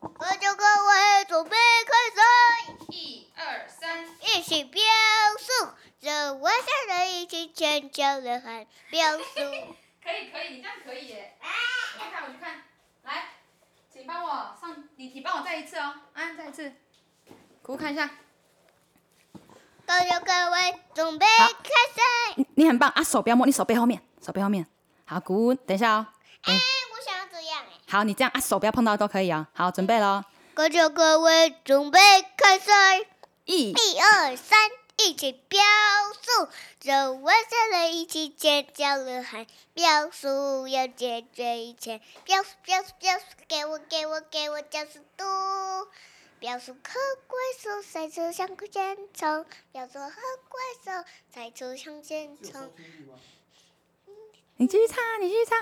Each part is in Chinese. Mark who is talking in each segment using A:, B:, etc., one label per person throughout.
A: 我就跟我黑准备开始，
B: 一二三，
A: 一起飙速，这我三人一起尖叫的喊飙速。
B: 可以可以，你这样可以耶。我去看，我去看，来，请帮我上，你你帮我再一次哦，安、再一次，姑姑看一下，
A: 各就各位准备
C: 好
A: 开始。
C: 你你很棒啊！手不要摸，你手背后面，手背后面。好，鼓，等一下哦。
A: 哎、我想要这样哎。
C: 好，你这样啊，手不要碰到都可以哦。好，准备喽，
A: 各就各位准备开始。
C: 一
A: 一二三，一起飙速！让我们三人一起尖叫了喊，飙速要解决一切，飙速飙速飙速，给我给我给我加速度！飙速很快速，赛车向前冲，飙速很快速，赛车向前冲，
C: 你继续唱，你继续唱，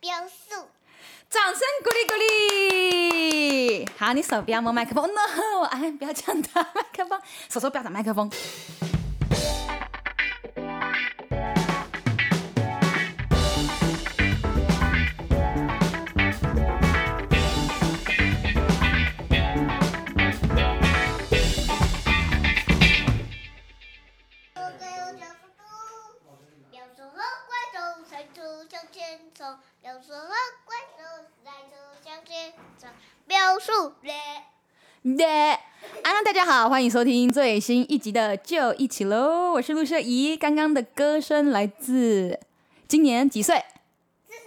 A: 飙速！
C: 掌声鼓励鼓励。好，你手不要摸麦克风，no，安不要这样打麦克风，手手不要打麦克风。
A: 我给我加速度！飙速很快速，赛车向前冲，飙速很快速，赛车向前冲，飙速嘞！
C: 耶！安安，大家好，欢迎收听最新一集的《就一起喽》，我是陆社怡。刚刚的歌声来自今年几岁？四岁。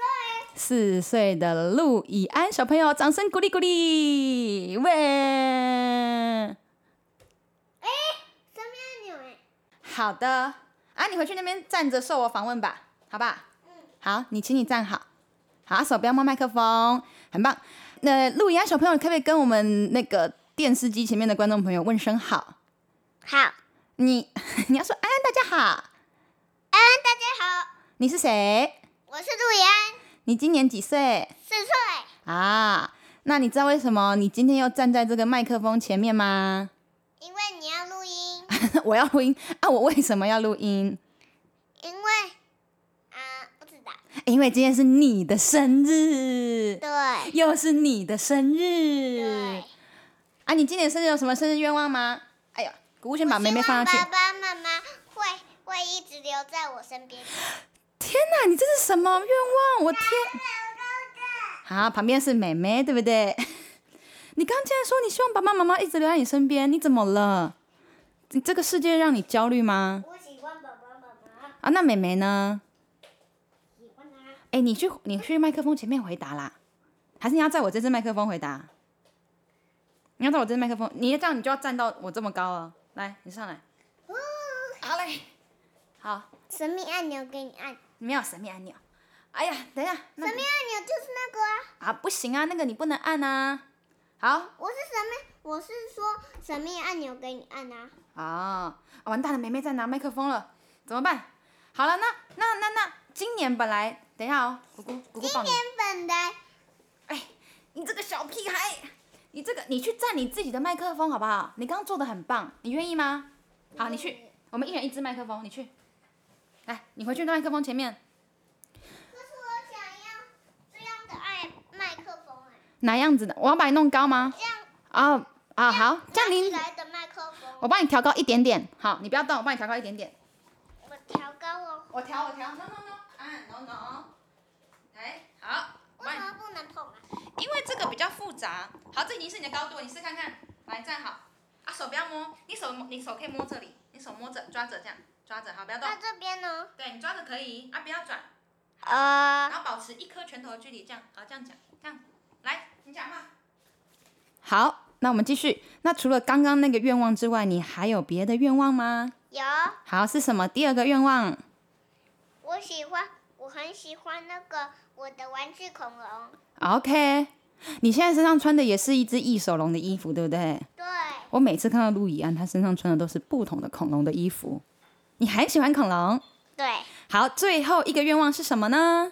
C: 四岁的陆以安小朋友，掌声鼓励鼓励！喂，
A: 上面按钮哎。
C: 好的，啊，你回去那边站着受我访问吧，好吧？好，你请你站好，好，手不要摸麦克风，很棒。那陆以安小朋友，可不可以跟我们那个电视机前面的观众朋友问声好？
A: 好，
C: 你 你要说安安大家好，
A: 大家好，
C: 你 哎是谁？
A: 我是陆妍，
C: 你今年几岁
A: 四岁，
C: 啊？那你知道为什么你今天又站在这个麦克风前面吗？
A: 因为你要录音，
C: 我要录音啊！我为什么要录音？
A: 因为啊、不知道，
C: 欸因为今天是你的生日，
A: 对
C: 又是你的生日
A: 对。
C: 啊！你今年生日有什么生日愿望吗？哎呀，姑姑先把
A: 我
C: 妹妹
A: 希
C: 放
A: 望
C: 上去。
A: 爸爸妈妈会会一直留在我身边。
C: 天哪，你这是什么愿望？我天！好，旁边是妹妹，对不对？ 你刚刚竟然说你希望爸爸妈妈一直留在你身边，你怎么了？你这个世界让你焦虑吗？
A: 我喜欢爸爸妈妈，
C: 啊，那妹妹呢？
A: 喜欢他。
C: 哎，你去你去麦克风前面回答啦，还是你要在我这支麦克风回答？你要在我这支麦克风，你要这样你就要站到我这么高哦。来，你上来。好嘞，好，
A: 神秘按钮给你按，
C: 没有神秘按钮。哎呀，等一下，那
A: 神秘按钮就是那个啊。
C: 啊，不行啊，那个你不能按啊。好，
A: 我是神秘，我是说神秘按钮给你按啊。
C: 啊、哦，完蛋了，梅梅在拿麦克风了，怎么办？好了，那那那那，今年本来，等一下哦，姑姑姑姑抱你，
A: 本来
C: 哎，你这个小屁孩，你这个你去站你自己的麦克风好不好？你刚刚做的很棒，你愿意吗？好，你去，我们一人一支麦克风，你去，来，你回去麦克风前面，
A: 可是我想要这样的爱麦克风哎、
C: 哪样子的？我要把你弄高吗？
A: 这样
C: 啊、哦、啊、好，这
A: 拿
C: 样哦
A: 起
C: 您，
A: 来的麦克风。
C: 我帮你调高一点点，好，你不要动，我帮你调高一点点。
A: 我调高哦，
C: 我调，我调，no no no，按 no no，来，好，我
A: 为
C: 帮
A: 什
C: 你，
A: 么不能碰啊？
C: 因为这个比较复杂。好，这已经是你的高度了，你试看看，来站好，啊手不要摸，你手摸，你手可以摸这里，你手摸着，抓着这样，抓着，好，不要动
A: 那，这边呢？
C: 对你抓着可以，啊不要转，
A: 呃
C: 然，后保持一颗拳头的距离，这样，好，这样讲，这样，来，你讲话。好，那我们继续。那除了刚刚那个愿望之外，你还有别的愿望吗？
A: 有，
C: 好，是什么？第二个愿望。
A: 我喜欢，我很喜欢那个我的玩具恐龙。
C: OK，你现在身上穿的也是一只异手龙的衣服，对不对？
A: 对，
C: 我每次看到陆以安，她身上穿的都是不同的恐龙的衣服。你很喜欢恐龙，
A: 对，
C: 好，最后一个愿望是什么呢？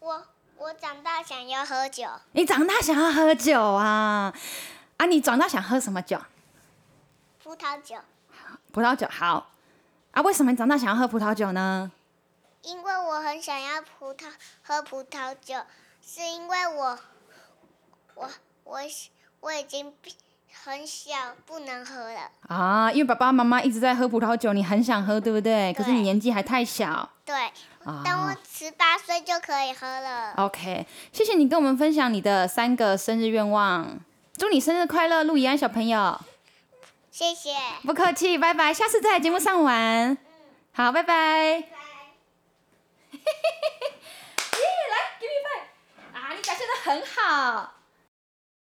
A: 我我长大想要喝酒，
C: 你长大想要喝酒啊？啊，你长大想喝什么酒？
A: 葡萄酒，
C: 葡萄酒。好，啊，为什么你长大想要喝葡萄酒呢？
A: 因为我很想要葡萄喝葡萄酒，是因为我我我我已经很小不能喝了，
C: 啊，因为爸爸妈妈一直在喝葡萄酒，你很想喝，对不对？可是你
A: 对
C: 年纪还太小。
A: 对，
C: 啊
A: 等我十八岁就可以喝了。
C: OK，谢谢你跟我们分享你的三个生日愿望，祝你生日快乐，陆怡安小朋友。
A: 谢谢。
C: 不客气，拜拜，下次再来节目上玩。好，拜拜。耶，来，give me five。啊，你表现的很好。